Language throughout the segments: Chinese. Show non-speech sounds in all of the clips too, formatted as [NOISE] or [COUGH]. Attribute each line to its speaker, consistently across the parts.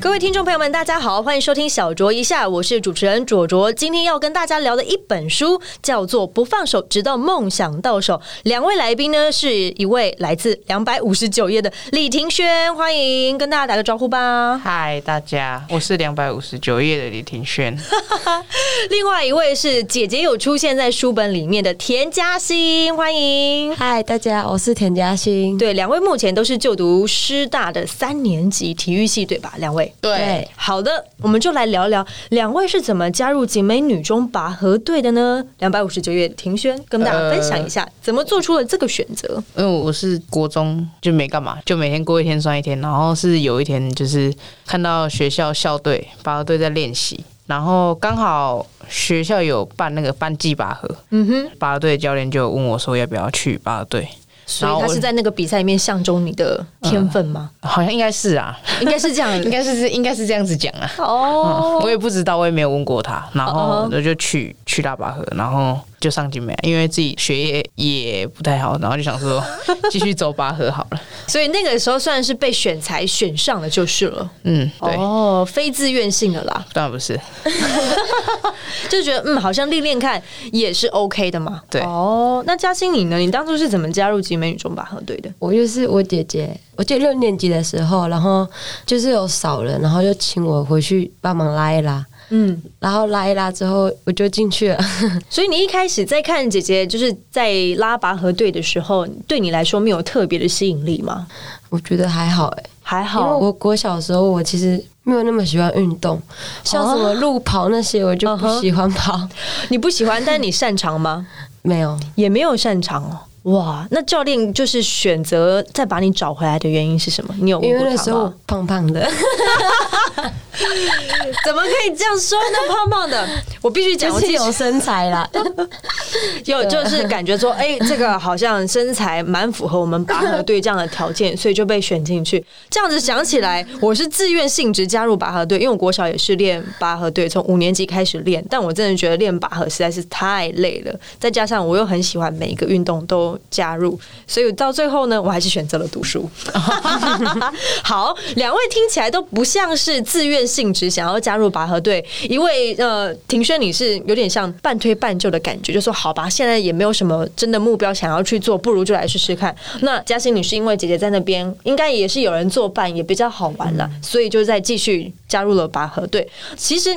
Speaker 1: 各位听众朋友们，大家好，欢迎收听小酌一下，我是主持人卓卓。今天要跟大家聊的一本书叫做《不放手，直到梦想到手》。两位来宾呢，是一位来自两百五十九页的李庭轩，欢迎跟大家打个招呼吧。
Speaker 2: 嗨，大家，我是两百五十九页的李庭轩。 [LAUGHS]
Speaker 1: 另外一位是姐姐有出现在书本里面的田嘉欣，欢迎。
Speaker 3: 嗨，大家，我是田嘉欣。
Speaker 1: 对，两位目前都是就读师大的三年级体育系，对吧？两位。
Speaker 3: 对，
Speaker 1: 好的，我们就来聊聊两位是怎么加入景美女中拔河队的呢？两百五十九页，庭轩跟大家分享一下、怎么做出了这个选择。
Speaker 2: 因为我是国中就没干嘛，就每天过一天算一天。然后是有一天就是看到学校校队拔河队在练习，然后刚好学校有办那个班级拔河，
Speaker 1: 嗯哼，
Speaker 2: 拔河队教练就问我说要不要去拔河队，
Speaker 1: 所
Speaker 2: 然
Speaker 1: 以
Speaker 2: 后
Speaker 1: 他
Speaker 2: 我
Speaker 1: 是在那个比赛里面相中你的天分吗？
Speaker 2: 好像应该是啊，
Speaker 1: 应该是这样
Speaker 2: 应
Speaker 1: 的。
Speaker 2: 该是应该是这样子讲啊。
Speaker 1: 哦，
Speaker 2: [LAUGHS] 我也不知道，我也没有问过他，然
Speaker 1: 哦
Speaker 2: 后我就去去大拔河，然后就上景美，因为自己学业也不太好，然后就
Speaker 1: [LAUGHS]
Speaker 2: 想说继续走拔河好了。
Speaker 1: 所以那个时候算是被选材选上了就是了。
Speaker 2: 嗯，对，
Speaker 1: 哦，非自愿性的啦，
Speaker 2: 当然不是，
Speaker 1: 就觉得嗯，好像练练看也是 OK 的嘛。
Speaker 2: 对
Speaker 1: 哦，那嘉欣你呢？你当初是怎么加入集美女中拔河队的？
Speaker 3: 我就是我姐姐。我记得六年级的时候，然后就是有少人，然后就请我回去帮忙拉一拉，
Speaker 1: 嗯，
Speaker 3: 然后拉一拉之后我就进去了。 [LAUGHS]
Speaker 1: 所以你一开始在看姐姐就是在拉拔河队的时候，对你来说没有特别的吸引力吗？
Speaker 3: 我觉得还好哎、
Speaker 1: 还
Speaker 3: 因为
Speaker 1: 好，
Speaker 3: 我国小的时候我其实没有那么喜欢运动，像什么路跑那些我
Speaker 1: 哦
Speaker 3: 就不喜欢
Speaker 1: [LAUGHS]
Speaker 3: 跑，
Speaker 1: 你不喜欢，但你擅长吗？
Speaker 3: 没有。
Speaker 1: 也没有擅长哦。哇，那教练就是选择再把你找回来的原因是什么？你有问
Speaker 3: 因为
Speaker 1: 过
Speaker 3: 那
Speaker 1: 他
Speaker 3: 时候我
Speaker 1: 吗？
Speaker 3: 胖胖的，
Speaker 1: 怎么可以这样说
Speaker 3: [LAUGHS]
Speaker 1: 呢？胖胖的，我必须 [LAUGHS] 讲，
Speaker 3: 就
Speaker 1: 我
Speaker 3: 是
Speaker 1: 记
Speaker 3: 有
Speaker 1: 得
Speaker 3: 身
Speaker 1: [LAUGHS]
Speaker 3: 材啦。
Speaker 1: 有就是感觉说，哎、这个好像身材蛮符合我们拔河队这样的条件，所以就被选进去。这样子想起来，我是自愿性质加入拔河队，因为我国小也是练拔河队，从五年级开始练，但我真的觉得练拔河实在是太累了，再加上我又很喜欢每一个运动都加入，所以到最后呢，我还是选择了读书。好，两位听起来都不像是自愿性质想要加入拔河队。一位呃，庭轩你是有点像半推半就的感觉，就说好吧，现在也没有什么真的目标想要去做，不如就来试试看。那嘉欣，你是因为姐姐在那边，应该也是有人作伴，也比较好玩啦，
Speaker 2: 嗯
Speaker 1: 所以就再继续加入了拔河队。其实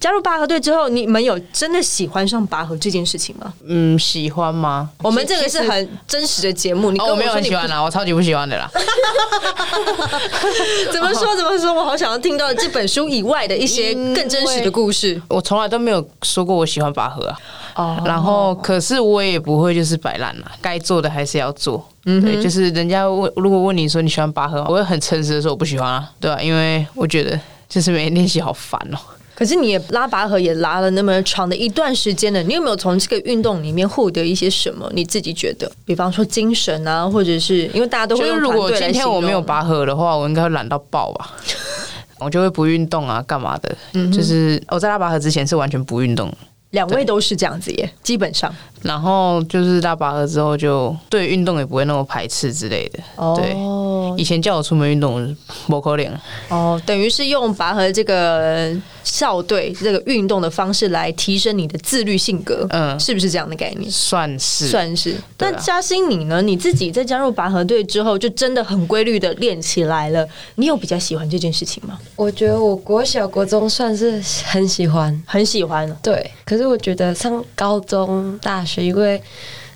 Speaker 1: 加入拔河队之后，你们有真的喜欢上拔河这件事情吗？
Speaker 2: 嗯，喜欢吗？
Speaker 1: 我们这个是很真实的节目，你跟
Speaker 2: 哦，我没有
Speaker 1: 说
Speaker 2: 很
Speaker 1: 你
Speaker 2: 喜
Speaker 1: 不
Speaker 2: 欢啦，我超级不喜欢
Speaker 1: [LAUGHS]
Speaker 2: 的啦。
Speaker 1: 怎么说？怎么说？我好想要听到这本书以外的一些更真实的故事。
Speaker 2: 我从来都没有说过我喜欢拔河啊。
Speaker 1: 哦
Speaker 2: 然后，可是我也不会就是摆烂啦，该做的还是要做。嗯，对，就是人家问，如果问你说你喜欢拔河吗，我会很诚实的说我不喜欢啊，对吧、因为我觉得就是每天练习好烦哦、
Speaker 1: 可是你也拉拔河也拉了那么长的一段时间了，你有没有从这个运动里面获得一些什么？你自己觉得，比方说精神啊，或者是因为大家都
Speaker 2: 就
Speaker 1: 会
Speaker 2: 是
Speaker 1: 用
Speaker 2: 如
Speaker 1: 团
Speaker 2: 果
Speaker 1: 队来
Speaker 2: 今天我没
Speaker 1: 形
Speaker 2: 有
Speaker 1: 容
Speaker 2: 拔河的话，我应该会懒到爆
Speaker 1: [LAUGHS]
Speaker 2: 吧。我就会不运动啊，干嘛的？
Speaker 1: 嗯
Speaker 2: 就是我在拉拔河之前是完全不运动，
Speaker 1: 两位都是这样子耶，基本上
Speaker 2: 然后就是拉拔河之后就对运动也不会那么排斥之类的。对，
Speaker 1: 哦
Speaker 2: 以前叫我出门运动，我就不可能。
Speaker 1: 哦，等于是用拔河这个校队这个运动的方式来提升你的自律性格，
Speaker 2: 嗯
Speaker 1: 是不是这样的概念？
Speaker 2: 算是
Speaker 1: 算是。
Speaker 2: 对
Speaker 1: 那
Speaker 2: 啊
Speaker 1: 嘉欣你呢？你自己在加入拔河队之后，就真的很规律的练起来了。你有比较喜欢这件事情吗？
Speaker 3: 我觉得我国小国中算是很喜欢，
Speaker 1: 很喜欢哦。
Speaker 3: 对，可是我觉得上高中、大学，因为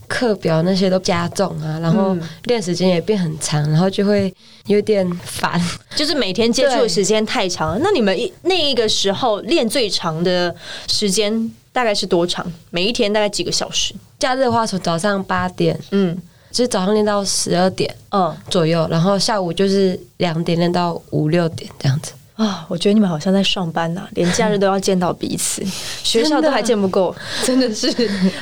Speaker 3: 课表那些都加重啊，然后
Speaker 1: 嗯
Speaker 3: 练时间也变很长，然后就会有点烦。 [LAUGHS]
Speaker 1: 就是每天接触的
Speaker 3: 对
Speaker 1: 时间太长了。那你们一那一个时候练最长的时间大概是多长？每一天大概几个小时？
Speaker 3: 假日的话，从早上八点，
Speaker 1: 嗯
Speaker 3: 就是早上练到十二点
Speaker 1: 嗯
Speaker 3: 左右，然后下午就是两点练到五六点这样子。
Speaker 1: 啊，我觉得你们好像在上班 [LAUGHS] 呐、连假日都要见到彼此，学校都还见不够，真的 [LAUGHS] 是，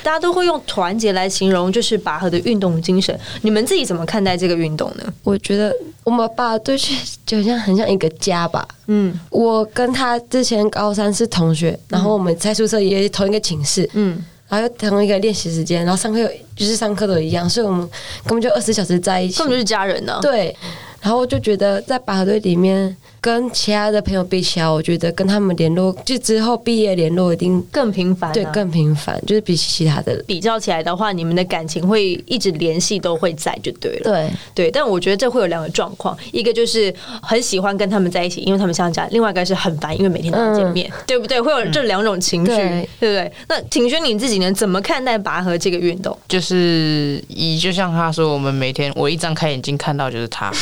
Speaker 1: 大家都会用团结来形容，就是拔河的运动精神。你们自己怎么看待这个运动呢？
Speaker 3: 我觉得我们爸对去就像很像一个家吧。
Speaker 1: 嗯
Speaker 3: 我跟他之前高三是同学，然后我们在宿舍也同一个寝室，
Speaker 1: 嗯，
Speaker 3: 然后又同一个练习时间，然后上课又就是上课都一样，所以我们根本就二十小时在一起
Speaker 1: 根本。就是家人呢、啊。
Speaker 3: 对，然后我就觉得在拔河队里面跟其他的朋友比起来，我觉得跟他们联络，就之后毕业联络一定
Speaker 1: 更频繁、啊，
Speaker 3: 对更频繁，就是比起其他的人。
Speaker 1: 比较起来的话，你们的感情会一直联系都会在就对了。
Speaker 3: 对，
Speaker 1: 对，但我觉得这会有两个状况，一个就是很喜欢跟他们在一起，因为他们像家人；，另外一个是很烦，因为每天都要见面，对不对？会
Speaker 2: 嗯
Speaker 1: 有这两种情绪，
Speaker 3: 对
Speaker 1: 对不对？那庭轩你自己呢？怎么看待拔河这个运动？
Speaker 2: 就是以就像他说，我们每天我一张开眼睛看到就
Speaker 1: [LAUGHS]
Speaker 2: 是他，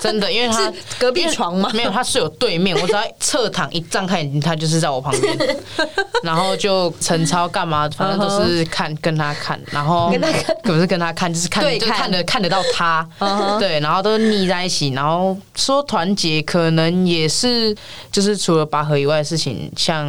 Speaker 2: 真的，因为他
Speaker 1: 是隔壁床吗？
Speaker 2: 没有，他是有对面，
Speaker 1: [LAUGHS]
Speaker 2: 我只要侧躺一张开眼睛，他就是在我旁边，然后就陈超干嘛，反正都是看跟他看，然后
Speaker 3: 跟他看
Speaker 2: 可不是跟他看，就是看
Speaker 1: 对
Speaker 2: 就
Speaker 1: 看
Speaker 2: 看得看得到他，
Speaker 1: 嗯
Speaker 2: 对，然后都腻在一起，然后说团结可能也是就是除了拔河以外的事情，像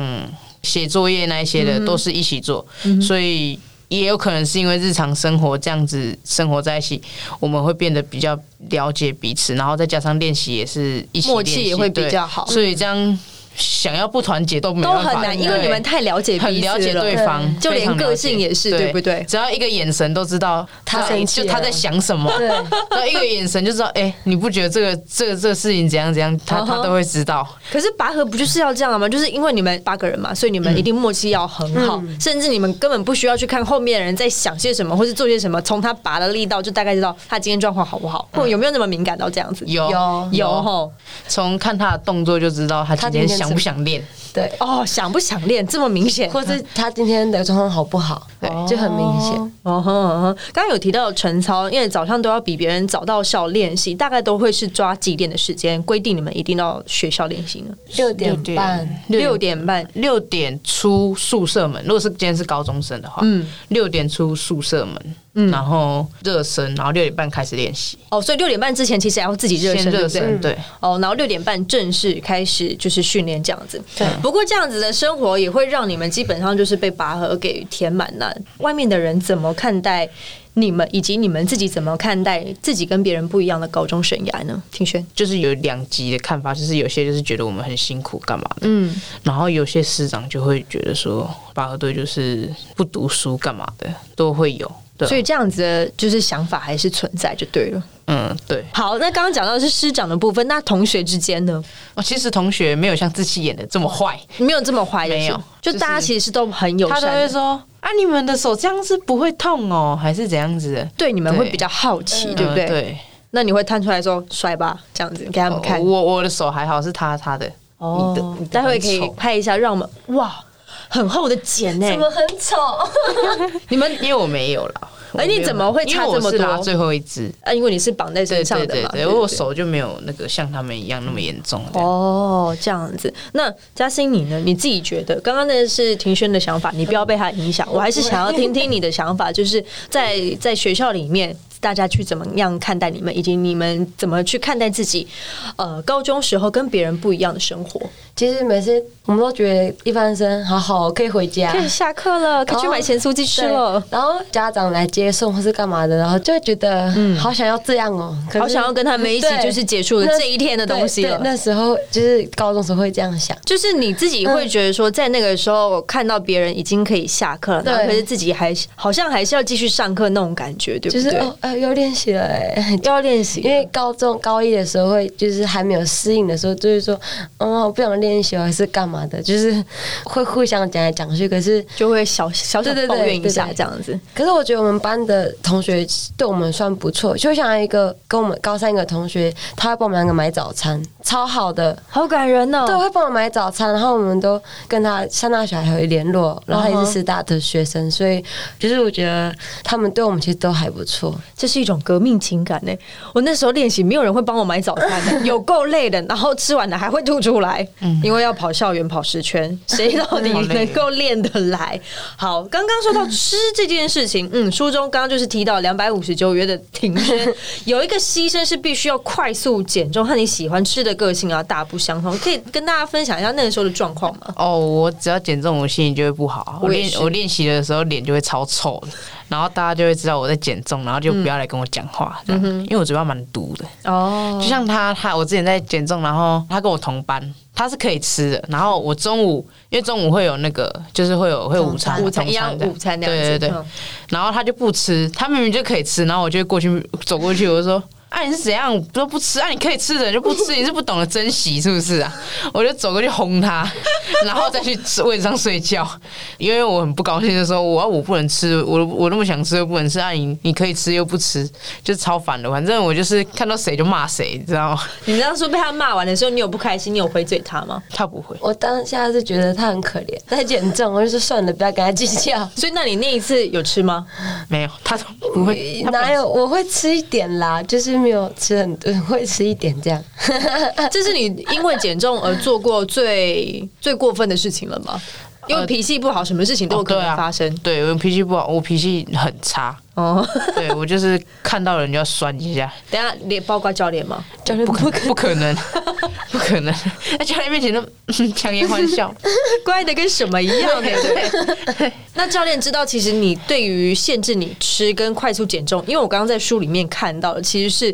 Speaker 2: 写作业那一些
Speaker 1: 嗯
Speaker 2: 的都是一起做，所以。也有可能是因为日常生活这样子生活在一起，我们会变得比较了解彼此，然后再加上练习也是一起
Speaker 1: 默契
Speaker 2: 练习
Speaker 1: 也会比
Speaker 2: 对
Speaker 1: 较好
Speaker 2: 所以这样想要不团结都没
Speaker 1: 都
Speaker 2: 办法
Speaker 1: 很难，因为你们
Speaker 2: 对
Speaker 1: 太了解彼此
Speaker 2: 很了解对方，
Speaker 1: 就
Speaker 2: 非
Speaker 1: 连
Speaker 2: 常了解
Speaker 1: 个性也是，对不对？
Speaker 2: 只要一个眼神都知道
Speaker 3: 他生气
Speaker 2: 就
Speaker 3: 了
Speaker 2: 他在想什么，
Speaker 3: 对
Speaker 2: 然后一个眼神就知道，哎、你不觉得这个这个这个事情怎样怎样，
Speaker 1: 嗯
Speaker 2: 他他都会知道。
Speaker 1: 可是拔河不就是要这样吗？就是因为你们八个人嘛，所以你们一定默契要很好，
Speaker 3: 嗯
Speaker 1: 甚至你们根本不需要去看后面的人在想些什么或是做些什么，从他拔的力道就大概知道他今天状况好不好，或有没有那么敏感到这样子。
Speaker 2: 有
Speaker 3: 嗯有
Speaker 1: 有吼
Speaker 2: 从看他的动作就知道他今天
Speaker 3: 他今天
Speaker 2: 想不想练。
Speaker 3: 对，
Speaker 1: 哦，想不想练这么明显？
Speaker 3: 或是他今天的状况好不好，对，就很明显。
Speaker 1: 哦哼哦哼，刚刚有提到晨操，因为早上都要比别人早到校练习，大概都会是抓几点的时间规定你们一定到学校练习呢？
Speaker 3: 六点半，
Speaker 1: 六点半，
Speaker 2: 六点出宿舍门，如果是今天是高中生的话，嗯，六点出宿舍门，
Speaker 1: 嗯
Speaker 2: 然后热身，然后六点半开始练习，
Speaker 1: 哦，所以六点半之前其实还要自己热身，
Speaker 2: 先
Speaker 1: 对
Speaker 2: 热
Speaker 1: 不对？
Speaker 2: 身，对，
Speaker 1: 哦，然后六点半正式开始就是训练这样子。对，不过这样子的生活也会让你们基本上就是被拔河给填满了。外面的人怎么看待你们，以及你们自己怎么看待自己跟别人不一样的高中生涯呢？庭轩，
Speaker 2: 就是有两极的看法，就是有些就是觉得我们很辛苦干嘛的，
Speaker 1: 嗯，
Speaker 2: 然后有些师长就会觉得说，拔河队就是不读书干嘛的，都会有。对啊，
Speaker 1: 所以这样子的就是想法还是存在就对了。
Speaker 2: 嗯，对，
Speaker 1: 好，那刚刚讲到的是师长的部分，那同学之间呢，
Speaker 2: 哦，其实同学没有像自己演的这么坏，
Speaker 1: 没有这么坏的，
Speaker 2: 没有
Speaker 1: 就
Speaker 2: 就是
Speaker 1: 大家其实都很友
Speaker 2: 他
Speaker 1: 善
Speaker 2: 都
Speaker 1: 的
Speaker 2: 会说啊，你们的手这样是不会痛哦，还是怎样子的？
Speaker 1: 对你们会
Speaker 2: 对
Speaker 1: 比较好奇，对不对？
Speaker 2: 嗯对，
Speaker 1: 那你会探出来说帅吧，这样子给他们看
Speaker 2: 哦。我我的手还好，是他他的。
Speaker 1: 哦
Speaker 2: 你的你的
Speaker 1: 待会可以
Speaker 2: 很丑
Speaker 1: 拍一下，让我们哇，很厚的茧欸呢、
Speaker 3: 很丑？
Speaker 2: 你们因为我没有了，
Speaker 1: 哎你怎么会差这么多
Speaker 2: 因为我是拉最后一只，
Speaker 1: 啊，因为你是绑在
Speaker 2: 对
Speaker 1: 身上
Speaker 2: 对
Speaker 1: 的
Speaker 2: 对
Speaker 1: 嘛，
Speaker 2: 对，我手就没有那个像他们一样那么严重。这样
Speaker 1: 哦，这样子。那嘉欣你呢？你自己觉得，刚刚那是庭轩的想法，你不要被他影响。我还是想要听听你的想法，就是在在学校里面，大家去怎么样看待你们，以及你们怎么去看待自己，呃，高中时候跟别人不一样的生活。
Speaker 3: 其实每次我们都觉得一翻身，好好可以回家
Speaker 1: 可，以哦下课了，可以去买咸酥鸡吃了
Speaker 3: 对。然后家长来接送或是干嘛的，然后就会觉得嗯，好想要这样哦、可是
Speaker 1: 好想要跟他们一起，
Speaker 3: 对
Speaker 1: 就是结束了
Speaker 3: 那
Speaker 1: 这一天的东西哦
Speaker 3: 对
Speaker 1: 了
Speaker 3: 对。那时候就是高中时候会这样想，
Speaker 1: 就是你自己会觉得说，在那个时候看到别人已经可以下课了，
Speaker 3: 对
Speaker 1: 然后可是自己还是好像还是要继续上课那种感觉，对不
Speaker 3: 就是
Speaker 1: 对？
Speaker 3: 哦，呃，有练习了哎。
Speaker 1: [LAUGHS] 要练习，
Speaker 3: 因为高中高一的时候会，就是还没有适应的时候，就是说，嗯，我不想练习哦，还是干嘛的，就是会互相讲来讲去。可是，
Speaker 1: 就会小小小
Speaker 3: 对对
Speaker 1: 抱
Speaker 3: 对
Speaker 1: 怨一下
Speaker 3: 对对
Speaker 1: 这样子。
Speaker 3: 可是我觉得我们班的同学对我们算不错，就像一个跟我们高三一个同学，他会帮我们两个买早餐，超好的。
Speaker 1: 好感人
Speaker 3: 对，
Speaker 1: 哦！
Speaker 3: 会帮我买早餐，然后我们都跟他上大学还会联络，然后他也
Speaker 1: 嗯
Speaker 3: 是
Speaker 1: 哼
Speaker 3: 师大的学生，
Speaker 2: 哦
Speaker 3: 所以就是我觉得他们对我们其实都还不错。
Speaker 1: 这是一种革命情感呢。我那时候练习，没有人会帮我买早餐的，有够累的，然后吃完了还会吐出来，因为要跑校园跑十圈，谁到底
Speaker 2: 好累
Speaker 1: 能够练得来？好，刚刚说到吃这件事情，嗯，书中刚刚就是提到两百五十九元的庭轩，有一个牺牲是必须要快速减重，和你喜欢吃的个性啊大不相同，可以跟大家分享一下那个时候的状况吗？
Speaker 2: 哦，我只要减重，我心情就会不好。我
Speaker 1: 我也
Speaker 2: 练
Speaker 1: 是
Speaker 2: 我练习的时候脸就会超臭的，然后大家就会知道我在减重，然后就不要来跟我讲话，这样，因为我嘴巴蛮毒的。
Speaker 1: 嗯哦，
Speaker 2: 就像他，他我之前在减重，然后他跟我同班，他是可以吃的。然后我中午，因为中午会有那个，就是会有会有午餐，
Speaker 1: 午餐一样
Speaker 2: 中
Speaker 1: 午餐那样
Speaker 2: 对
Speaker 1: 子，
Speaker 2: 对对。
Speaker 1: 嗯
Speaker 2: 然后他就不吃，他明明就可以吃，然后我就会过去走过去，我就说：“ [LAUGHS] 啊，你是怎样都不吃？啊，你可以吃的你就不吃，你是不懂得珍惜是不是啊？” [LAUGHS] 我就走过去轰他， [LAUGHS] 然后再去位置上睡觉，因为我很不高兴的说：“我我不能吃，我我那么想吃又不能吃，啊你你可以吃又不吃，就超烦的。反正我就是看到谁就骂谁，你知道吗？ [LAUGHS]
Speaker 1: 你这样说被他骂完的时候，你有不开心，你有回嘴他吗？
Speaker 2: 他不会。
Speaker 3: 我当下是觉得他很可怜，在减重，我就说算了，不要跟他计较。
Speaker 1: 所以那你那一次有吃吗？
Speaker 2: 没有，他都不
Speaker 3: [LAUGHS]
Speaker 2: 会，他本
Speaker 3: 哪有？我会吃一点啦，就是没有吃很多，会吃一点这样。
Speaker 1: [LAUGHS] 这是你因为减重而做过最 [LAUGHS] 最过分的事情了吗？因为脾气不好，什么事情都有可能发生。
Speaker 2: 对我脾气不好，我脾气很差，
Speaker 1: 哦，
Speaker 2: 对我就是看到人就要酸一下，
Speaker 1: [LAUGHS] 等一下连包括教练吗？
Speaker 3: 教练不可
Speaker 2: 不可能，不可能，在教练面前都嗯强颜欢笑。
Speaker 1: [LAUGHS] 乖的跟什么一样呢？ [LAUGHS] 对。 [LAUGHS] 那教练知道，其实你对于限制你吃跟快速减重，因为我刚刚在书里面看到的，其实是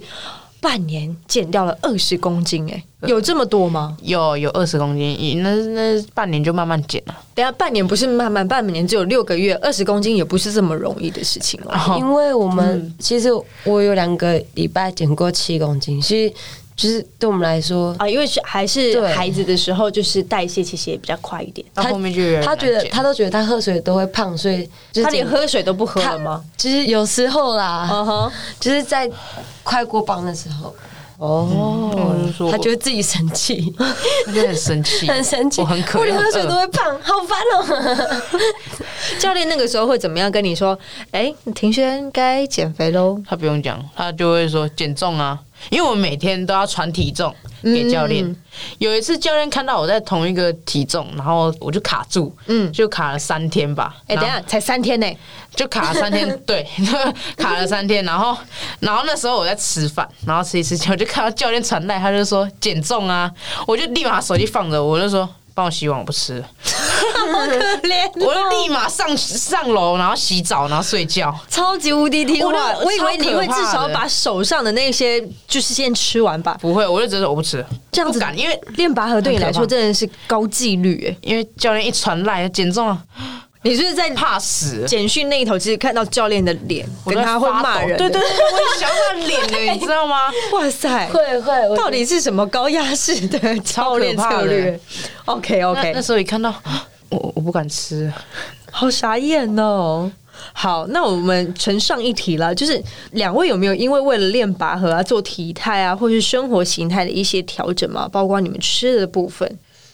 Speaker 1: 半年减掉了二十公斤、哎，有这么多吗？
Speaker 2: 有有二十公斤，那那半年就慢慢减了。
Speaker 1: 等一下半年不是慢慢，半年只有六个月，二十公斤也不是这么容易的事情哦。
Speaker 2: 然后
Speaker 3: 因为我们、
Speaker 2: 嗯
Speaker 3: 其实我有两个礼拜减过七公斤，所以就是对我们来说，
Speaker 1: 啊，因为是还是
Speaker 3: 对
Speaker 1: 孩子的时候，就是代谢其实也比较快一点。
Speaker 2: 到后面就越来越
Speaker 3: 他
Speaker 2: 难
Speaker 3: 觉得
Speaker 2: 减
Speaker 3: 他都觉得他喝水都会胖，所以就是
Speaker 1: 他连喝水都不喝
Speaker 3: 他
Speaker 1: 了 [LAUGHS] 吗？？
Speaker 3: 就是有时候啦，
Speaker 2: 哦
Speaker 1: 嗯哼，
Speaker 3: 就是在快过磅的时候，
Speaker 2: 哦
Speaker 3: 嗯
Speaker 2: 我就说
Speaker 3: 他就会自己生
Speaker 2: [LAUGHS]
Speaker 3: 气，
Speaker 2: 他就很生气，
Speaker 3: 很生气。
Speaker 2: 我很可
Speaker 3: 我
Speaker 2: 怜，嗯
Speaker 3: 连喝水
Speaker 2: 很
Speaker 3: 都
Speaker 2: 饿
Speaker 3: 会胖，好烦
Speaker 2: [LAUGHS]
Speaker 3: 哦、
Speaker 1: 教练那个时候会怎么样跟你说？哎、庭轩该减肥喽。
Speaker 2: 他不用讲，他就会说减重啊，因为我每天都要传体重给教练。有一次教练看到我在同一个体重，然后我就卡住，嗯，就卡了三天吧。
Speaker 1: 哎、
Speaker 2: 然后
Speaker 1: 等一下，才三天呢、
Speaker 2: 就卡了
Speaker 1: [LAUGHS]
Speaker 2: 三天，对， [LAUGHS] 卡了三天。然后，然后那时候我在吃饭，然后吃一吃，我就看到教练传来，他就说减重啊，我就立马手机放着，我就说帮我洗碗，我不吃了，
Speaker 1: 好可怜，哦
Speaker 2: 我就立马上上楼，然后洗澡，然后睡觉。
Speaker 1: 超级无敌听
Speaker 2: 我
Speaker 1: 话。
Speaker 2: 那
Speaker 1: 我以为你
Speaker 2: 超可
Speaker 1: 会
Speaker 2: 怕
Speaker 1: 至少
Speaker 2: 的
Speaker 1: 把手上的那些就是先吃完吧。
Speaker 2: 不会，我就直接说我不吃了，
Speaker 1: 这样子
Speaker 2: 不敢，因为
Speaker 1: 练拔河对你来说
Speaker 2: 很可
Speaker 1: 真的是高纪律哎、
Speaker 2: 因为教练一传来减重了，
Speaker 1: 你是不是在
Speaker 2: 怕死了。
Speaker 1: 简讯那一头，其实看到教练的脸，[LAUGHS]
Speaker 2: 我
Speaker 1: 跟
Speaker 2: 在
Speaker 1: 他会
Speaker 2: 发抖
Speaker 1: 骂人。
Speaker 2: 对对，对，我也想
Speaker 1: [LAUGHS]
Speaker 2: 到脸了，你知道吗？
Speaker 1: 哇塞，
Speaker 3: 会会，我
Speaker 1: 到底是什么高压式的教练策略？OK
Speaker 2: 那
Speaker 1: OK，
Speaker 2: 那时候一看到 [GASPS] 我，我不敢吃了。
Speaker 1: 好傻眼哦。好，那我们呈上一题了，就是两位有没有因为为了练拔河啊、做体态啊，或是生活形态的一些调整嘛？包括你们吃的部分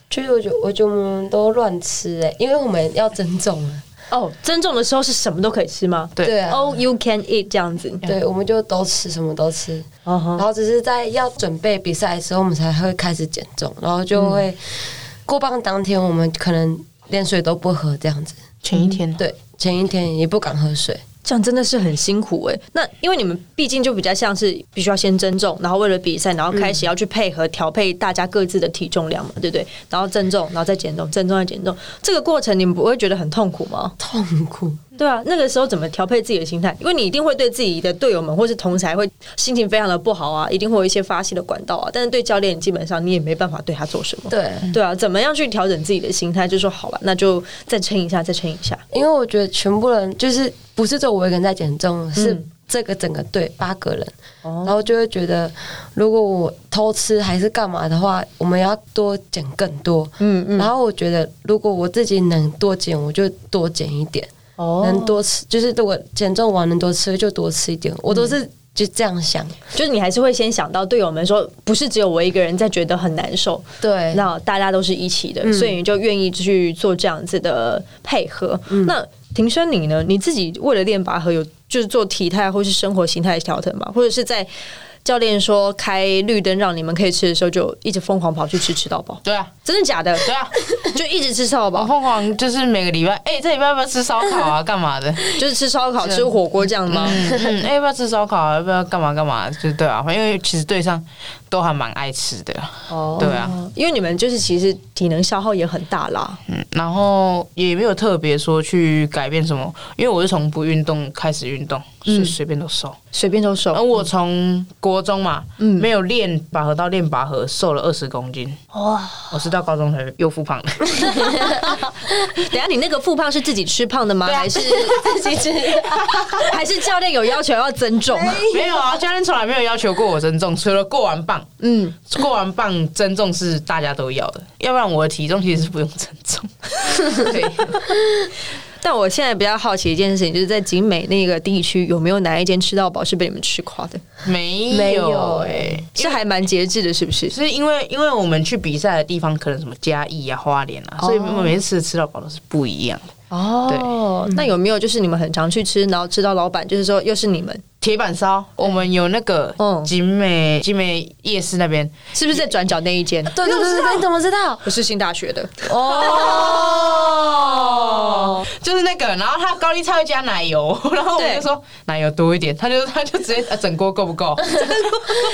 Speaker 3: 就是我觉得我觉得我们都乱吃哎、因为我们要增重啊。
Speaker 1: 哦，增重的时候是什么都可以吃吗？啊
Speaker 2: 对
Speaker 3: 对啊，
Speaker 1: ，All Oh, you can eat 这样子。
Speaker 3: 对，我们就都吃，什么都吃。
Speaker 1: 哦吼，
Speaker 3: 然后只是在要准备比赛的时候，我们才会开始减重，然后就会过磅当天，我们可能连水都不喝这样子。
Speaker 2: 前一
Speaker 1: 嗯
Speaker 2: 天，
Speaker 3: 对，前一天也不敢喝水，
Speaker 1: 这样真的是很辛苦哎、那因为你们毕竟就比较像是必须要先增重，然后为了比赛，然后开始要去配合调配大家各自的体重量嘛，对不对？然后增重，然后再减重，增重再减重，这个过程你们不会觉得很痛苦吗？
Speaker 3: 痛苦。
Speaker 1: 对啊，那个时候怎么调配自己的心态？因为你一定会对自己的队友们或是同才会心情非常的不好啊，一定会有一些发泄的管道啊。但是对教练，基本上你也没办法对他做什么。
Speaker 3: 对，
Speaker 1: 对啊，怎么样去调整自己的心态？就说好了，那就再撑一下，再撑一下。
Speaker 3: 因为我觉得全部人就是不是只有我一个人在减重，是这个整个队八个人，然后就会觉得如果我偷吃还是干嘛的话，我们要多减更多。
Speaker 1: 嗯
Speaker 3: 然后我觉得如果我自己能多减，我就多减一点。
Speaker 1: 哦
Speaker 3: 能多吃，就是如果减重完能多吃就多吃一点，我都是就这样想。
Speaker 1: 就是你还是会先想到队友们说，不是只有我一个人在觉得很难受，
Speaker 3: 对，
Speaker 1: 那大家都是一起的，所以你就愿意去做这样子的配合。那庭轩你呢？你自己为了练拔河有就是做体态或是生活形态的调整吗？或者是在教练说开绿灯让你们可以吃的时候，就一直疯狂跑去吃吃到饱，
Speaker 2: 对啊，
Speaker 1: 真的假的？
Speaker 2: 对啊，
Speaker 1: 就一直吃吃到
Speaker 2: 我
Speaker 1: 饱，
Speaker 2: 哦凤凰就是每个礼拜，哎、这礼拜要不要吃烧
Speaker 1: [LAUGHS]
Speaker 2: 烤啊？干嘛的？
Speaker 1: 就是吃烧烤、吃火锅这样吗？
Speaker 2: 嗯，嗯哎、要不要吃烧烤啊？要不要干嘛干嘛？就对啊，因为其实队上都还蛮爱吃的啊，
Speaker 1: 哦
Speaker 2: 对啊，
Speaker 1: 因为你们就是其实体能消耗也很大啦。
Speaker 2: 嗯，然后也没有特别说去改变什么，因为我是从不运动开始运动，
Speaker 1: 嗯
Speaker 2: 所以随便都瘦。
Speaker 1: 随便都瘦
Speaker 2: 而我从国中嘛，
Speaker 1: 嗯
Speaker 2: 没有练拔河到练拔河，瘦了二十公斤。
Speaker 1: 哇！
Speaker 2: 我是到高中才又复胖
Speaker 1: [LAUGHS]
Speaker 2: 的，
Speaker 1: 等一下你那个复胖是自己吃胖的吗？
Speaker 2: 对啊
Speaker 1: 还是自己吃？还是教练有要求要增重？
Speaker 2: 没有啊，教练从来没有要求过我增重，除了过完磅，
Speaker 1: 嗯，
Speaker 2: 过完磅增重是大家都要的，要不然我的体重其实是不用增
Speaker 3: [LAUGHS]
Speaker 2: 重。对，
Speaker 1: 但我现在比较好奇一件事情，就是在景美那个地区有没有哪一间吃到饱是被你们吃垮的？
Speaker 2: 没
Speaker 3: 没
Speaker 2: 有
Speaker 3: 有欸
Speaker 2: 哎、
Speaker 1: 是还蛮节制的，是不是？
Speaker 2: 是因为因为我们去比赛的地方可能什么嘉义啊、花莲
Speaker 3: 哦
Speaker 2: 啊，所以我每次吃的吃到饱都是不一样的。
Speaker 1: 哦，那有没有就是你们很常去吃，然后吃到老板就是说又是你们，
Speaker 2: 铁板
Speaker 3: 嗯
Speaker 2: 烧，我们有那个
Speaker 1: 嗯
Speaker 2: 景美景美夜市那边，
Speaker 1: 是不是在转角那一间？
Speaker 3: 对对对对，你怎么知道？
Speaker 1: 不是新大学的，
Speaker 2: 哦，就是那个，然后他高丽菜会加奶油， [LAUGHS] 然后我们
Speaker 1: 对
Speaker 2: 就说奶油多一点，他就他就直接啊整锅够不够？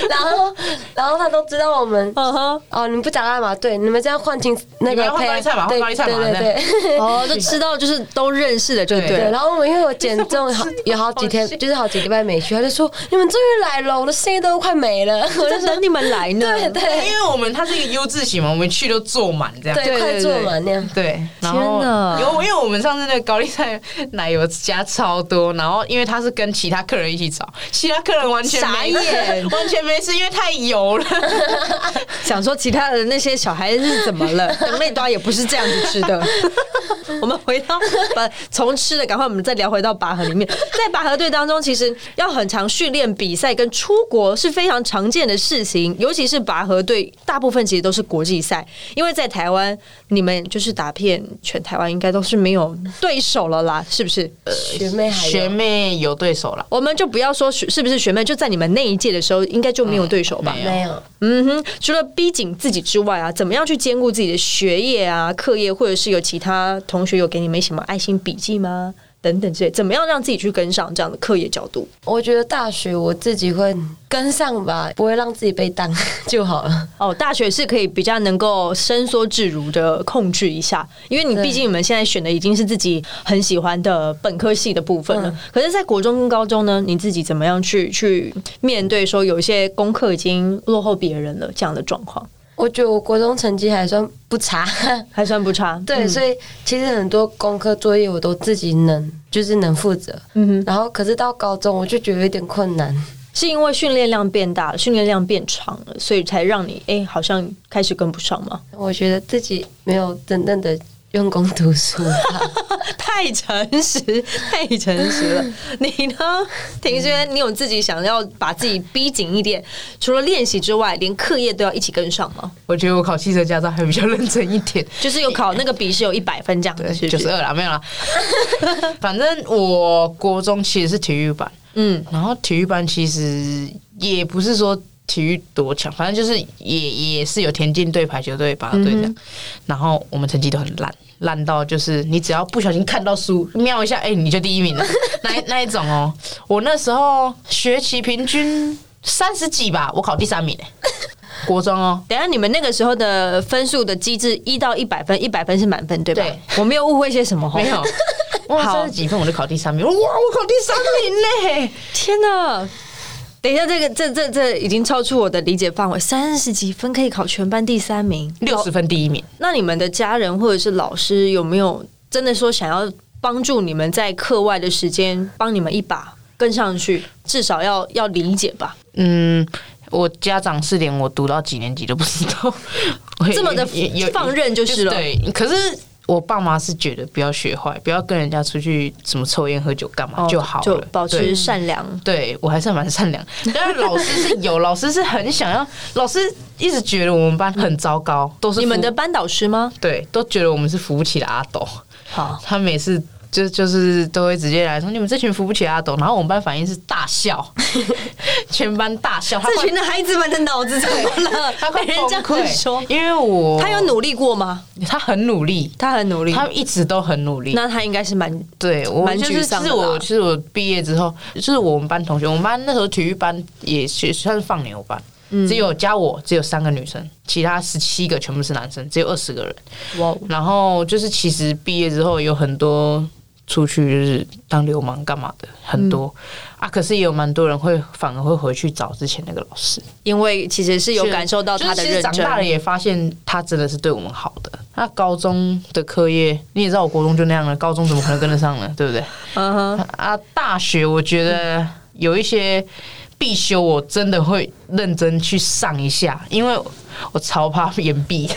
Speaker 3: 然后然后他都知道我们
Speaker 1: 嗯哼，
Speaker 3: 哦，你们不讲爱嘛？对，你们这样换进那
Speaker 2: 你们
Speaker 3: 个
Speaker 2: 要换高丽菜嘛
Speaker 3: 对
Speaker 2: 换高丽菜嘛
Speaker 3: 对对对。
Speaker 1: 哦，就吃到就是都认识的，就对
Speaker 2: 对
Speaker 3: 对，
Speaker 1: 了。
Speaker 3: 然后我们因为我减重好有好几天，就是好几个礼拜没去，他就说你们终于来了，我的声音都快没了，我就
Speaker 1: 在 [LAUGHS]
Speaker 3: 说
Speaker 1: 等你们来呢。
Speaker 3: 对 [LAUGHS] 对
Speaker 2: 因为我们它是一个 U 字形嘛，我们去都坐满这样。
Speaker 1: 对
Speaker 3: 对，快做嘛那样。
Speaker 2: 对，然后
Speaker 1: 天哪
Speaker 2: 因为因为我们上次那个高丽菜奶油加超多，然后因为他是跟其他客人一起找，其他客人完全
Speaker 1: 傻
Speaker 2: 没
Speaker 1: 眼
Speaker 2: 完全没事，因为太油了。
Speaker 1: 想说其他的那些小孩是怎么了？等内刀也不是这样子吃的。我们回到把从吃的，赶快我们再聊回到拔河里面。在拔河队当中，其实要很常训练、比赛跟出国是非常常见的事情，尤其是拔河队，大部分其实都是国际赛，因为在台湾你们就是打遍全台湾，应该都是没有对手了啦，是不是？
Speaker 3: 学妹还有
Speaker 2: 学妹有对手了，
Speaker 1: 我们就不要说学是不是学妹，就在你们那一届的时候，应该就没有对手吧？
Speaker 2: 没有
Speaker 3: 没有？
Speaker 1: 嗯哼，除了逼紧自己之外啊，怎么样去兼顾自己的学业啊、课业，或者是有其他同学有给你们什么爱心笔记吗？等等之类，怎么样让自己去跟上这样的课业角度？
Speaker 3: 我觉得大学我自己会跟上吧，不会让自己被当 [LAUGHS] 就好了。
Speaker 1: 哦，大学是可以比较能够伸缩自如的控制一下，因为你
Speaker 3: 对
Speaker 1: 毕竟你们现在选的已经是自己很喜欢的本科系的部分了。
Speaker 3: 嗯
Speaker 1: 可是，在国中跟高中呢，你自己怎么样去去面对说有一些功课已经落后别人了这样的状况？
Speaker 3: 我觉得我国中成绩还算不差，
Speaker 1: 还算不差，
Speaker 3: 对，所以其实很多功课作业我都自己能，就是能负责。
Speaker 1: 嗯哼。
Speaker 3: 然后可是到高中我就觉得有点困难，
Speaker 1: 是因为训练量变大了，训练量变长了，所以才让你哎、诶好像开始跟不上吗？
Speaker 3: 我觉得自己没有真正的用功读书。
Speaker 1: [LAUGHS] [LAUGHS] 太诚实， [LAUGHS] 太诚实 [LAUGHS] 了。你呢，庭轩？你有自己想要把自己逼紧一点，除了练习之外，连课业都要一起跟上吗？
Speaker 2: 我觉得我考汽车驾照还比较认真一点。
Speaker 1: 就是有考那个笔试有一百分这样子，是
Speaker 2: 九
Speaker 1: 不
Speaker 2: 十
Speaker 1: 是？
Speaker 2: 二啦，没有啦。 [LAUGHS] 反正我国中其实是体育班，
Speaker 1: 嗯，
Speaker 2: 然后体育班其实也不是说体育多强，反正就是也也是有田径队、排球队、拔河队这样。然后我们成绩都很烂，烂到就是你只要不小心看到书，瞄一下，哎、你就第一名了， [LAUGHS] 那一那一种哦。我那时候学期平均三十几吧，我考第三名哎、国中哦。
Speaker 1: 等一下你们那个时候的分数的机制，一到一百分，一百分是满分对吧？
Speaker 2: 对
Speaker 1: 我没有误会些什么吼哦
Speaker 2: 没有，哇，
Speaker 1: 好
Speaker 2: 三十几 [LAUGHS] 分我就考第三名，哇，我考第三名嘞！
Speaker 1: 天哪！等一下，这个这这这已经超出我的理解范围，三十几分可以考全班第三名。
Speaker 2: 六十分第一名，
Speaker 1: 那你们的家人或者是老师有没有真的说想要帮助你们在课外的时间帮你们一把，跟上去，至少要要理解吧？
Speaker 2: 嗯。我家长是连我读到几年级都不知道，
Speaker 1: 这么的
Speaker 2: [LAUGHS] 也也也
Speaker 1: 放任就是了。
Speaker 2: 对，可是我爸妈是觉得不要学坏，不要跟人家出去什么抽烟喝酒干嘛
Speaker 1: 哦
Speaker 2: 就好了，
Speaker 1: 就保持
Speaker 2: 对。
Speaker 1: 善良。
Speaker 2: 对我还是蛮善良，但是老师是有，老师是很想要， [LAUGHS] 老师一直觉得我们班很糟糕，都是
Speaker 1: 你们
Speaker 2: 扶
Speaker 1: 的班导师吗？
Speaker 2: 对，都觉得我们是扶不起的阿斗。
Speaker 1: 好，
Speaker 2: 他每次就就是都会直接来说你们这群扶不起阿斗，然后我们班反应是大
Speaker 1: [LAUGHS]
Speaker 2: 笑，全班大笑，他
Speaker 1: 这
Speaker 2: 快
Speaker 1: 群的孩子们的脑子怎么了？
Speaker 2: 他快
Speaker 1: 被 [LAUGHS] 人家
Speaker 2: 崩
Speaker 1: 会
Speaker 2: 溃
Speaker 1: 说，
Speaker 2: 因为我
Speaker 1: 他有努力过吗？
Speaker 2: 他很努力，
Speaker 1: 他很努力，
Speaker 2: 他一直都很努力，
Speaker 1: 那他应该是蛮
Speaker 2: 对，我
Speaker 1: 蛮
Speaker 2: 就是
Speaker 1: 沮丧的
Speaker 2: 是我
Speaker 1: 啦
Speaker 2: 就是我毕业之后，就是我们班同学，我们班那时候体育班也是算是放牛班，
Speaker 1: 嗯
Speaker 2: 只有加我只有三个女生，其他十七个全部是男生，只有二十个人。
Speaker 1: 哇，哦
Speaker 2: 然后就是其实毕业之后有很多出去就是当流氓干嘛的，很多、
Speaker 1: 嗯
Speaker 2: 啊，可是也有蛮多人会反而会回去找之前那个老师。
Speaker 1: 因为其实是有感受到他的
Speaker 2: 就是其实
Speaker 1: 认
Speaker 2: 长
Speaker 1: 真，
Speaker 2: 大了也发现他真的是对我们好的。那高中的课业，你也知道，我国中就那样了，高中怎么可能跟得上呢？对不对？
Speaker 1: 嗯哼，
Speaker 2: 啊，大学我觉得有一些必修，我真的会认真去上一下，因为我超怕延毕，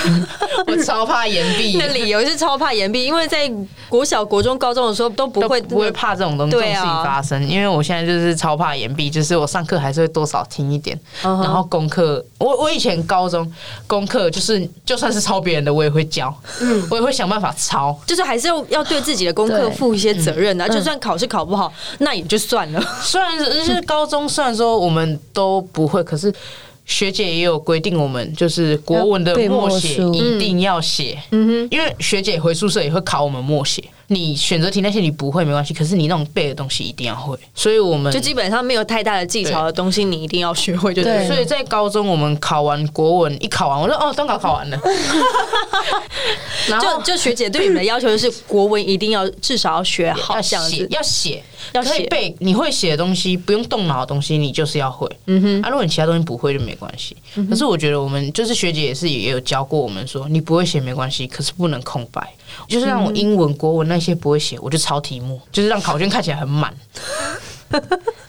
Speaker 2: [LAUGHS] 我超怕延
Speaker 1: [LAUGHS]
Speaker 2: 毕
Speaker 1: 那，理由是超怕岩壁，因为在国小、国中、高中的时候都不
Speaker 2: 都
Speaker 1: 会
Speaker 2: 不会怕这种东西这种
Speaker 1: 对
Speaker 2: 事
Speaker 1: 啊
Speaker 2: 情发生，因为我现在就是超怕延毕，就是我上课还是会多少听一点，
Speaker 1: 嗯哼
Speaker 2: 然后功课，我我以前高中功课就是就算是抄别人的，我也会教，
Speaker 1: 嗯
Speaker 2: 我也会想办法抄。
Speaker 1: 就是还是要要对自己的功课
Speaker 3: 对
Speaker 1: 负一些责任的、啊，就算考试考不好，那也就算了。
Speaker 2: 虽然是就是高中，虽然说我们都不会，可是学姐也有规定，我们就是国文的
Speaker 3: 要背
Speaker 2: 默
Speaker 3: 默
Speaker 2: 写
Speaker 3: 书
Speaker 2: 一定要写。嗯哼，因为学姐回宿舍也会考我们默写。你选择题那些你不会没关系，可是你那种背的东西一定要会。所以我们
Speaker 1: 就基本上没有太大的技巧的东西，你一定要学会就对
Speaker 2: 对，
Speaker 1: 了。
Speaker 2: 所以在高中我们考完国文一考完，我说哦，段考考完了， [LAUGHS] 然后
Speaker 1: 就就学姐对你们的要求就是国文一定要至少要学好
Speaker 2: 要
Speaker 1: 这样
Speaker 2: 写
Speaker 1: 子，
Speaker 2: 要写，
Speaker 1: 要
Speaker 2: 可以
Speaker 1: 写
Speaker 2: 背你会写的东西，不用动脑的东西，你就是要会。嗯哼，啊，如果你其他东西不会就没关系。
Speaker 1: 嗯
Speaker 2: 可是我觉得我们就是学姐也是也有教过我们说，你不会写没关系，可是不能空白。就是让
Speaker 1: 嗯
Speaker 2: 我英文、国文那些不会写，我就抄题目，就是让考卷看起来
Speaker 1: [LAUGHS]
Speaker 2: 很满，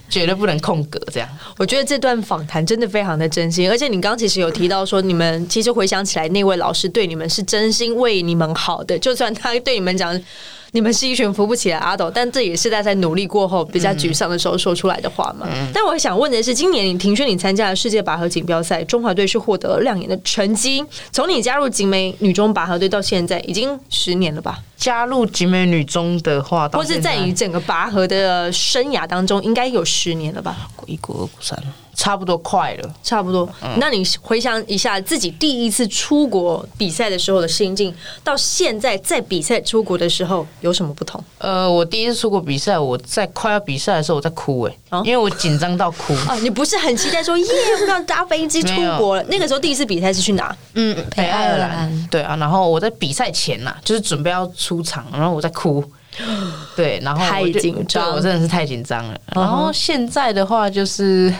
Speaker 2: 绝对不能空格这样。
Speaker 1: 我觉得这段访谈真的非常的真心，而且你刚刚其实有提到说，你们其实回想起来，那位老师对你们是真心为你们好的，就算他对你们讲你们是一群扶不起来的阿斗，但这也是他在努力过后比较沮丧的时候说出来的话嘛。
Speaker 2: 嗯
Speaker 1: 但我想问的是，今年你庭轩你参加了世界拔河锦标赛，中华队是获得了亮眼的成绩。从你加入景美女中拔河队到现在，已经十年了吧？
Speaker 2: 加入集美女中的话，到
Speaker 1: 或是在
Speaker 2: 现
Speaker 1: 你整个拔河的生涯当中，应该有十年了吧？
Speaker 2: 国一、国二、国三，差不多快了。
Speaker 1: 差不多。那你回想一下自己第一次出国比赛的时候的心境，到现在在比赛出国的时候有什么不同？
Speaker 2: 呃，我第一次出国比赛，我在快要比赛的时候我在哭哎、
Speaker 1: 啊
Speaker 2: 因为我紧张到哭。
Speaker 1: 啊，你不是很期待说耶，我要搭飞机出国了？那个时候第一次比赛是去哪？
Speaker 2: 嗯，
Speaker 3: 北爱尔兰
Speaker 2: 对啊，然后我在比赛前呐、就是准备要出场，然后我在
Speaker 1: [GASPS]
Speaker 2: 哭。对，然后我
Speaker 1: 太
Speaker 2: 就
Speaker 1: 紧张嗯
Speaker 2: 对我真的是太紧张了。然后现在的话就是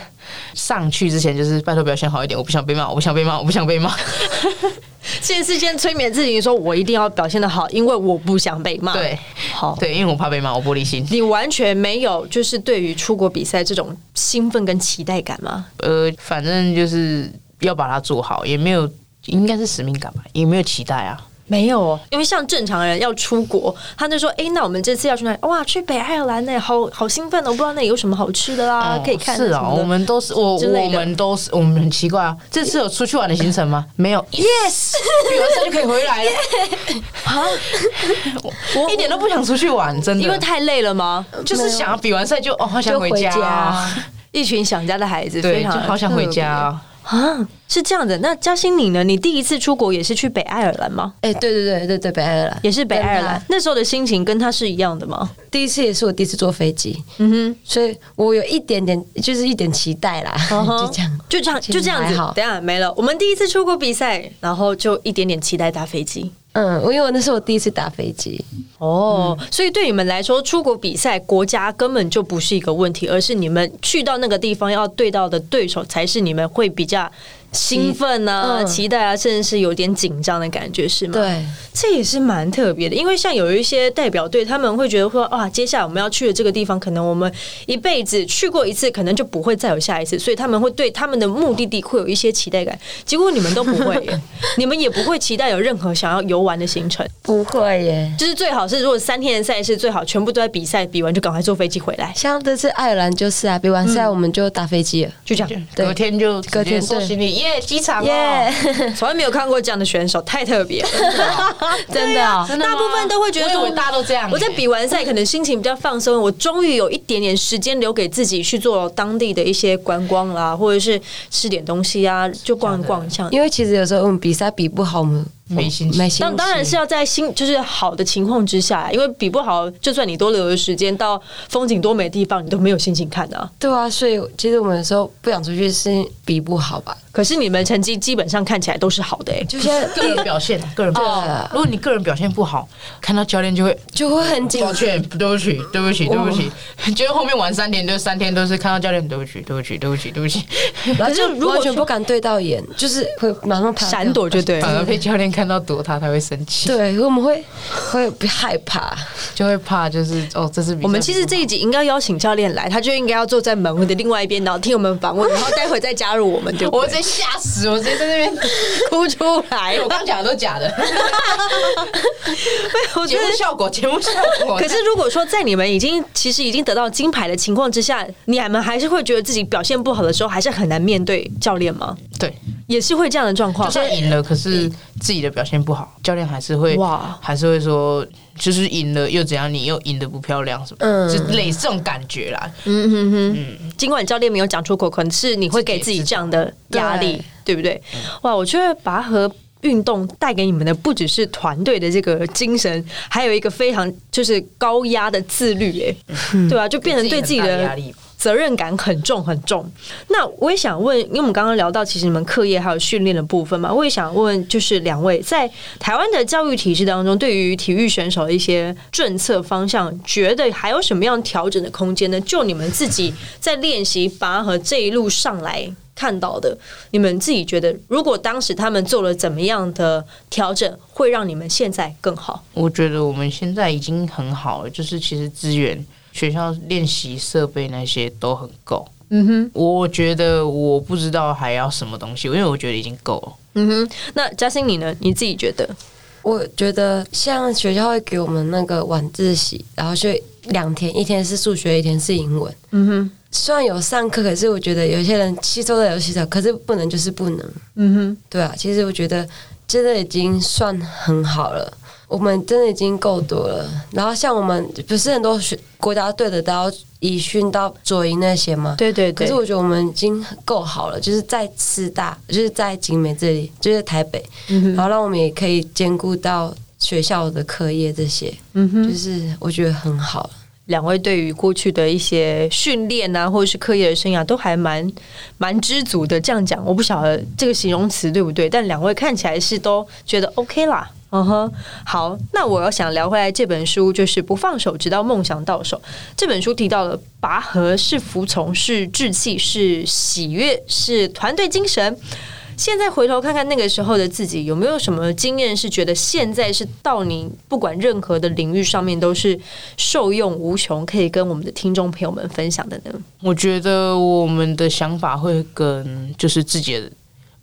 Speaker 2: 上去之前就是拜托表现好一点，我不想被骂，我不想被骂，我不想
Speaker 1: [LAUGHS]
Speaker 2: 被骂。
Speaker 1: 现在是先催眠自己说，我一定要表现的好，因为我不想被骂。，
Speaker 2: 对
Speaker 1: 好。
Speaker 2: 对，因为我怕被骂，我玻璃心。
Speaker 1: 你完全没有就是对于出国比赛这种兴奋跟期待感吗？
Speaker 2: 呃，反正就是要把它做好，也没有应该是使命感吧，也没有期待啊。
Speaker 1: 没有哦，因为像正常人要出国，他就说：“哎、那我们这次要去哪里？哇，去北爱尔兰呢，好好兴奋哦！我不知道那里有什么好吃的啦，
Speaker 2: 哦
Speaker 1: 可以看
Speaker 2: 是
Speaker 1: 什
Speaker 2: 啊，
Speaker 1: 么的
Speaker 2: 我们都是我
Speaker 1: 之类
Speaker 2: 我
Speaker 1: 的
Speaker 2: 们都是我们很奇怪啊，这次有出去玩的行程吗？没有，yes，旅 [LAUGHS] 游车就可以回来了，
Speaker 1: 我
Speaker 2: 一点都不想出去玩，真的，
Speaker 1: 啊因为太累了吗？
Speaker 2: 就是想要比完赛就哦，好想
Speaker 3: 就
Speaker 2: 回
Speaker 3: 回
Speaker 2: 家啊，
Speaker 1: 一群想家的孩子，非
Speaker 2: 对，就
Speaker 1: 常
Speaker 2: 好想回家啊。
Speaker 1: 特别啊！是这样的。那嘉欣你呢？你第一次出国也是去北爱尔兰吗？
Speaker 3: 哎、对对对对对，北爱尔兰
Speaker 1: 也是北爱尔
Speaker 3: 跟
Speaker 2: 啊
Speaker 1: 兰
Speaker 3: 他，
Speaker 1: 那时候的心情跟他是一样的
Speaker 2: [LAUGHS]
Speaker 1: 吗？
Speaker 3: 第一次也是我第一次坐飞机，
Speaker 1: 嗯
Speaker 3: 所以我有一点点就是一点期待啦，
Speaker 1: 嗯哼，
Speaker 3: [LAUGHS] 就这样。
Speaker 1: [LAUGHS] 就这样，
Speaker 3: 其
Speaker 1: 就
Speaker 3: 实
Speaker 1: 这样
Speaker 3: 还
Speaker 1: 子。
Speaker 3: 好
Speaker 1: 等一下没了。我们第一次出国比赛，然后就一点点期待搭飞机。
Speaker 3: 嗯，因为我那是我第一次打飞机，
Speaker 1: 哦，
Speaker 3: 嗯
Speaker 1: 所以对你们来说，出国比赛国家根本就不是一个问题，而是你们去到那个地方要对到的对手才是你们会比较兴奋啊、
Speaker 3: 嗯
Speaker 1: 期待啊，甚至是有点紧张的感觉，是吗？，
Speaker 3: 对，
Speaker 1: 这也是蛮特别的，因为像有一些代表队，他们会觉得说，哇，接下来我们要去的这个地方，可能我们一辈子去过一次，可能就不会再有下一次，所以他们会对他们的目的地会有一些期待感。结果你们都不会耶，你们也不会期待有任何想要游玩的行程。
Speaker 3: 不会耶。
Speaker 1: 就是最好是，如果三天的赛事最好全部都在比赛，比完就赶快坐飞机回来，嗯
Speaker 3: 像这次爱尔兰就是啊，比完赛我们就打飞机了，
Speaker 1: 就这样。
Speaker 3: 对
Speaker 2: 隔天就直
Speaker 3: 隔
Speaker 2: 接
Speaker 3: 天
Speaker 2: 收
Speaker 3: 对
Speaker 2: 行李，耶耶，机场哦
Speaker 3: 耶
Speaker 2: [LAUGHS]
Speaker 1: [LAUGHS]
Speaker 2: 耶，，
Speaker 1: 从来没有看过这样的选手，太特别了。 [LAUGHS]
Speaker 3: 真的哦，
Speaker 2: 真的吗
Speaker 1: 大部分都欸会觉得
Speaker 2: 我以
Speaker 1: 说
Speaker 2: 为大家都这样耶。
Speaker 1: 啊我在比完赛，可能心情比较放松，我终于有一点点时间留给自己去做当地的一些观光啦，或者是吃点东西啊，就逛一逛一下。
Speaker 3: [LAUGHS] 因为其实有时候我们比赛比不好，我们
Speaker 2: 没心情
Speaker 3: 没心
Speaker 1: 当当然是要在心就是好的情况之下，因为比不好，就算你多留的时间到风景多美的地方，你都没有心情看的啊、
Speaker 3: 对啊，所以其实我们有时候不想出去是比不好吧，
Speaker 1: 可是你们成绩基本上看起来都是好的、欸，
Speaker 3: 就现在
Speaker 2: [LAUGHS] 个人表现，个人表现
Speaker 3: 哦。
Speaker 2: 如果你个人表现不好，看到教练就会
Speaker 3: 就会很紧
Speaker 2: 抱歉，对不起，对不起，
Speaker 1: 哦
Speaker 2: 对不起。 [LAUGHS] 就是后面玩三天，就三天都是看到教练，对不起，对不起，对不起，对
Speaker 1: [LAUGHS]
Speaker 2: 不起，
Speaker 3: 然后就
Speaker 1: 可是如果
Speaker 3: 完全不敢对到眼，就是会马上跑掉
Speaker 1: 闪。躲就对了
Speaker 2: 反。而被教练看到躲他，他会生气，
Speaker 3: 对，我们会会害怕，
Speaker 2: 就会怕，就是哦，这是比赛
Speaker 1: 我们其实这一集应该邀请教练来，他就应该要坐在门的另外一边，然后听我们访问，然后待会再加入我们，对
Speaker 2: 我
Speaker 1: 不
Speaker 2: 们直
Speaker 1: 对？
Speaker 2: 接吓死，我直接在那边，
Speaker 1: 哭出来 [LAUGHS]
Speaker 2: [LAUGHS] 哎，我，刚讲的都假的，
Speaker 1: 我觉
Speaker 2: 节
Speaker 1: 得
Speaker 2: 目效果，节目效果。
Speaker 1: 可是如果说在你们已经其实已经得到金牌的情况之下，你们还是会觉得自己表现不好的时候，还是很难面对教练吗？
Speaker 2: 对，
Speaker 1: 也是会这样的状况
Speaker 2: 就。算赢了，可是自己的表现不好，教练还是会
Speaker 1: 哇
Speaker 2: 还是会说，就是赢了又怎样，你又赢得不漂亮什么，
Speaker 3: 嗯
Speaker 2: 就类似这种感觉啦。
Speaker 1: 尽管教练没有讲出口，可是你会给自己这样的压力，对不对？哇，我觉得拔河。运动带给你们的不只是团队的这个精神，还有一个非常就是高压的自律、耶，对啊，就变成对自己
Speaker 2: 很大
Speaker 1: 的
Speaker 2: 压力吧。
Speaker 1: 责任感很重很重。那我也想问，因为我们刚刚聊到其实你们课业还有训练的部分嘛，我也想问，就是两位在台湾的教育体制当中，对于体育选手的一些政策方向，觉得还有什么样调整的空间呢？就你们自己在练习拔河这一路上来。看到的，你们自己觉得，如果当时他们做了怎么样的调整，会让你们现在更好？
Speaker 2: 我觉得我们现在已经很好了，就是其实资源、学校练习设备那些都很够。
Speaker 1: 嗯哼，
Speaker 2: 我觉得我不知道还要什么东西，因为我觉得已经够了。
Speaker 1: 嗯哼。那嘉欣你呢？你自己觉得？
Speaker 3: 我觉得像学校会给我们那个晚自习，然后就两天，一天是数学，一天是英文。
Speaker 1: 嗯哼，
Speaker 3: 虽然有上课，可是我觉得有些人吸收的有吸收，可是不能就是不能。
Speaker 1: 嗯哼。
Speaker 3: 对啊，其实我觉得真的已经算很好了，我们真的已经够多了。然后像我们不是很多学国家队的都要以训到左营那些吗？。
Speaker 1: 对对
Speaker 3: 可
Speaker 1: 对，
Speaker 3: 是我觉得我们已经够好了，就是在师大，就是在景美这里，就是台北，
Speaker 1: 嗯
Speaker 3: 然后让我们也可以兼顾到学校的课业这些，
Speaker 1: 嗯哼
Speaker 3: 就是我觉得很好了。
Speaker 1: 两位对于过去的一些训练啊，或者是课业的生涯，都还蛮蛮知足的。这样讲，我不晓得这个形容词对不对，但两位看起来是都觉得 OK 啦。嗯哼，好，那我要想聊回来这本书，就是《不放手，直到梦想到手》。这本书提到了拔河是服从，是志气，是喜悦，是团队精神。现在回头看看那个时候的自己，有没有什么经验是觉得现在是到你不管任何的领域上面都是受用无穷，可以跟我们的听众朋友们分享的呢？
Speaker 2: 我觉得我们的想法会跟就是自己的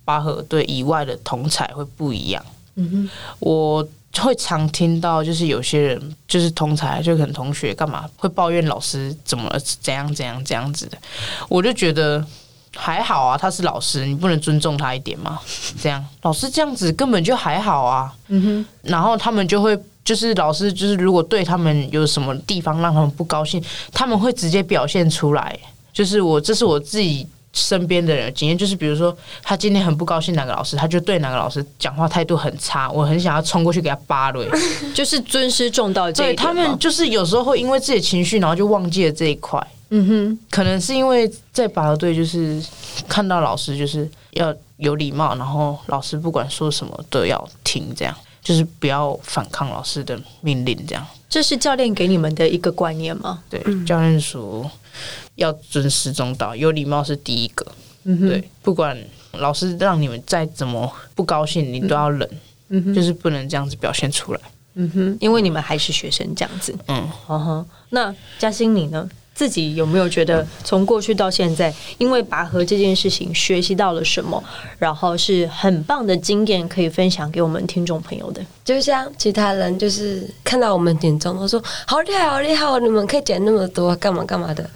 Speaker 2: 拔河队以外的同才会不一样。嗯哼，我会常听到就是有些人就是同才，就可能同学干嘛会抱怨老师怎么了怎样怎样怎样子的，我就觉得。还好啊，他是老师，你不能尊重他一点吗？这样，老师这样子根本就还好啊。
Speaker 1: 嗯
Speaker 2: 然后他们就会就是老师就是如果对他们有什么地方让他们不高兴，他们会直接表现出来。就是我这是我自己身边的人的经验，就是比如说他今天很不高兴哪个老师，他就对哪个老师讲话态度很差，我很想要冲过去给他扒了。
Speaker 1: 哼，就是尊师重道这
Speaker 2: 对
Speaker 1: 一点
Speaker 2: 他
Speaker 1: 吗
Speaker 2: 们，就是有时候会因为自己的情绪，然后就忘记了这一块。
Speaker 1: 嗯哼，
Speaker 2: 可能是因为在拔河队，就是看到老师就是要有礼貌，然后老师不管说什么都要听，这样就是不要反抗老师的命令，这样
Speaker 1: 这是教练给你们的一个观念吗？
Speaker 2: 对、教练说要尊师重道，有礼貌是第一个，
Speaker 1: 嗯哼，
Speaker 2: 对，不管老师让你们再怎么不高兴，你都要忍，
Speaker 1: 嗯哼，
Speaker 2: 就是不能这样子表现出来。
Speaker 1: 嗯哼，因为你们还是学生这样子。
Speaker 2: 嗯，
Speaker 1: 嗯哼，那嘉欣你呢？自己有没有觉得从过去到现在，因为拔河这件事情学习到了什么，然后是很棒的经验可以分享给我们听众朋友的？
Speaker 3: 就像其他人就是看到我们减重，都说好厉害，好厉害哦，你们可以减那么多，干嘛干嘛的。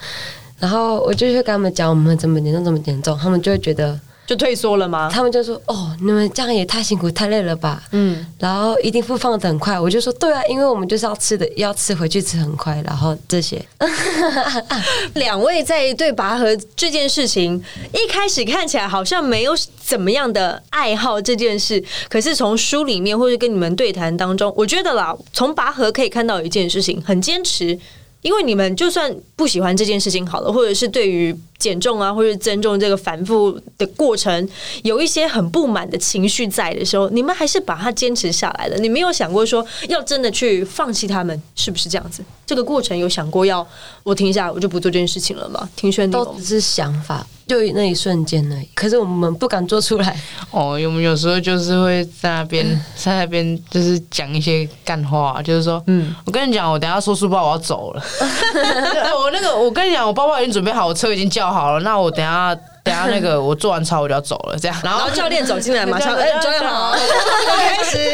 Speaker 3: 然后我就去跟他们讲我们怎么减重，怎么减重，他们就会觉得
Speaker 1: 就退缩了吗？
Speaker 3: 他们就说：“哦，你们这样也太辛苦太累了吧？”嗯，然后一定会放的很快。我就说：“对啊，因为我们就是要吃的，要吃回去吃很快，然后这些。
Speaker 2: 哎
Speaker 1: [LAUGHS] 两位在对拔河这件事情，一开始看起来好像没有怎么样的爱好这件事，可是从书里面或者跟你们对谈当中，我觉得啦，从拔河可以看到一件事情，很坚持。因为你们就算不喜欢这件事情好了，或者是对于减重啊，或者是增重这个反复的过程，有一些很不满的情绪在的时候，你们还是把它坚持下来了。你没有想过说要真的去放弃他们，是不是这样子？这个过程有想过要我停下来，我就不做这件事情了吗？庭轩，你
Speaker 3: 都
Speaker 1: 有
Speaker 3: 只是想法，就那一瞬间而已。可是我们不敢做
Speaker 2: [LAUGHS]
Speaker 3: 出来，
Speaker 2: 哦，有有时候就是会在那边，
Speaker 1: 嗯
Speaker 2: 在那边就是讲一些干话，就是说，嗯，我跟你讲，我等一下收书包我要
Speaker 1: [LAUGHS]
Speaker 2: 走了。哎我那个，我跟你讲，我包包已经准备好，我车已经叫好了，那我等一下。等一下那个我做完操我就要走了，这样，
Speaker 1: 然
Speaker 2: 然后
Speaker 1: 后教练走进来，马上哎，教练好，
Speaker 2: 开始。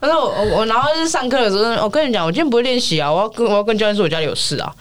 Speaker 2: 然后我我然后就是上课的时候，我跟你讲，我今天不会练习啊，我要跟我要跟教练说我家里有事啊，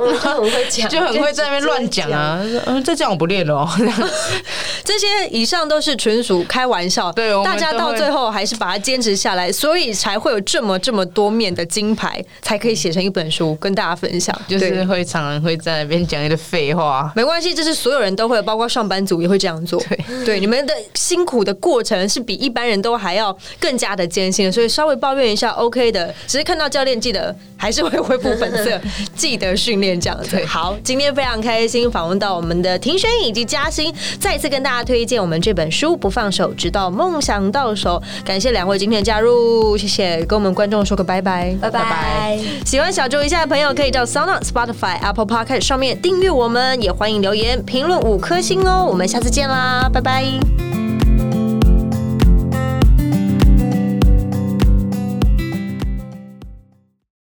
Speaker 3: 我们就很会讲，
Speaker 2: 就很会在那边乱讲啊，嗯，再这样我不练了、哦。 [LAUGHS]
Speaker 1: 这些以上都是纯属开玩笑，
Speaker 2: 对我们
Speaker 1: 大家
Speaker 2: 都
Speaker 1: 到
Speaker 2: 会
Speaker 1: 最后还是把它坚持下来，所以才会有这么这么多面的金牌，才可以写成一本书跟大家分享。
Speaker 2: 就是
Speaker 1: 对
Speaker 2: 会常常会在那边讲一堆废话，
Speaker 1: 没关系，这是所有人都会，包括上班族也会这样做。对，你们的辛苦的过程是比一般人都还要更加的艰辛的，所以稍微抱怨一下 OK 的。只是看到教练，记得还是会恢复本 [LAUGHS] 色，记得训练这样子。好，今天非常开心访问到我们的庭轩以及嘉欣，再次跟大家推荐我们这本书《不放手，直到梦想到手》。感谢两位今天的加入，谢谢，跟我们观众说个拜拜，
Speaker 3: 拜拜。
Speaker 1: 喜欢小猪一下的朋友，可以到 Sound、On、Spotify、Apple Podcast 上面订阅我们，也欢迎留言评论五颗星哦。我们下次见啦，拜拜。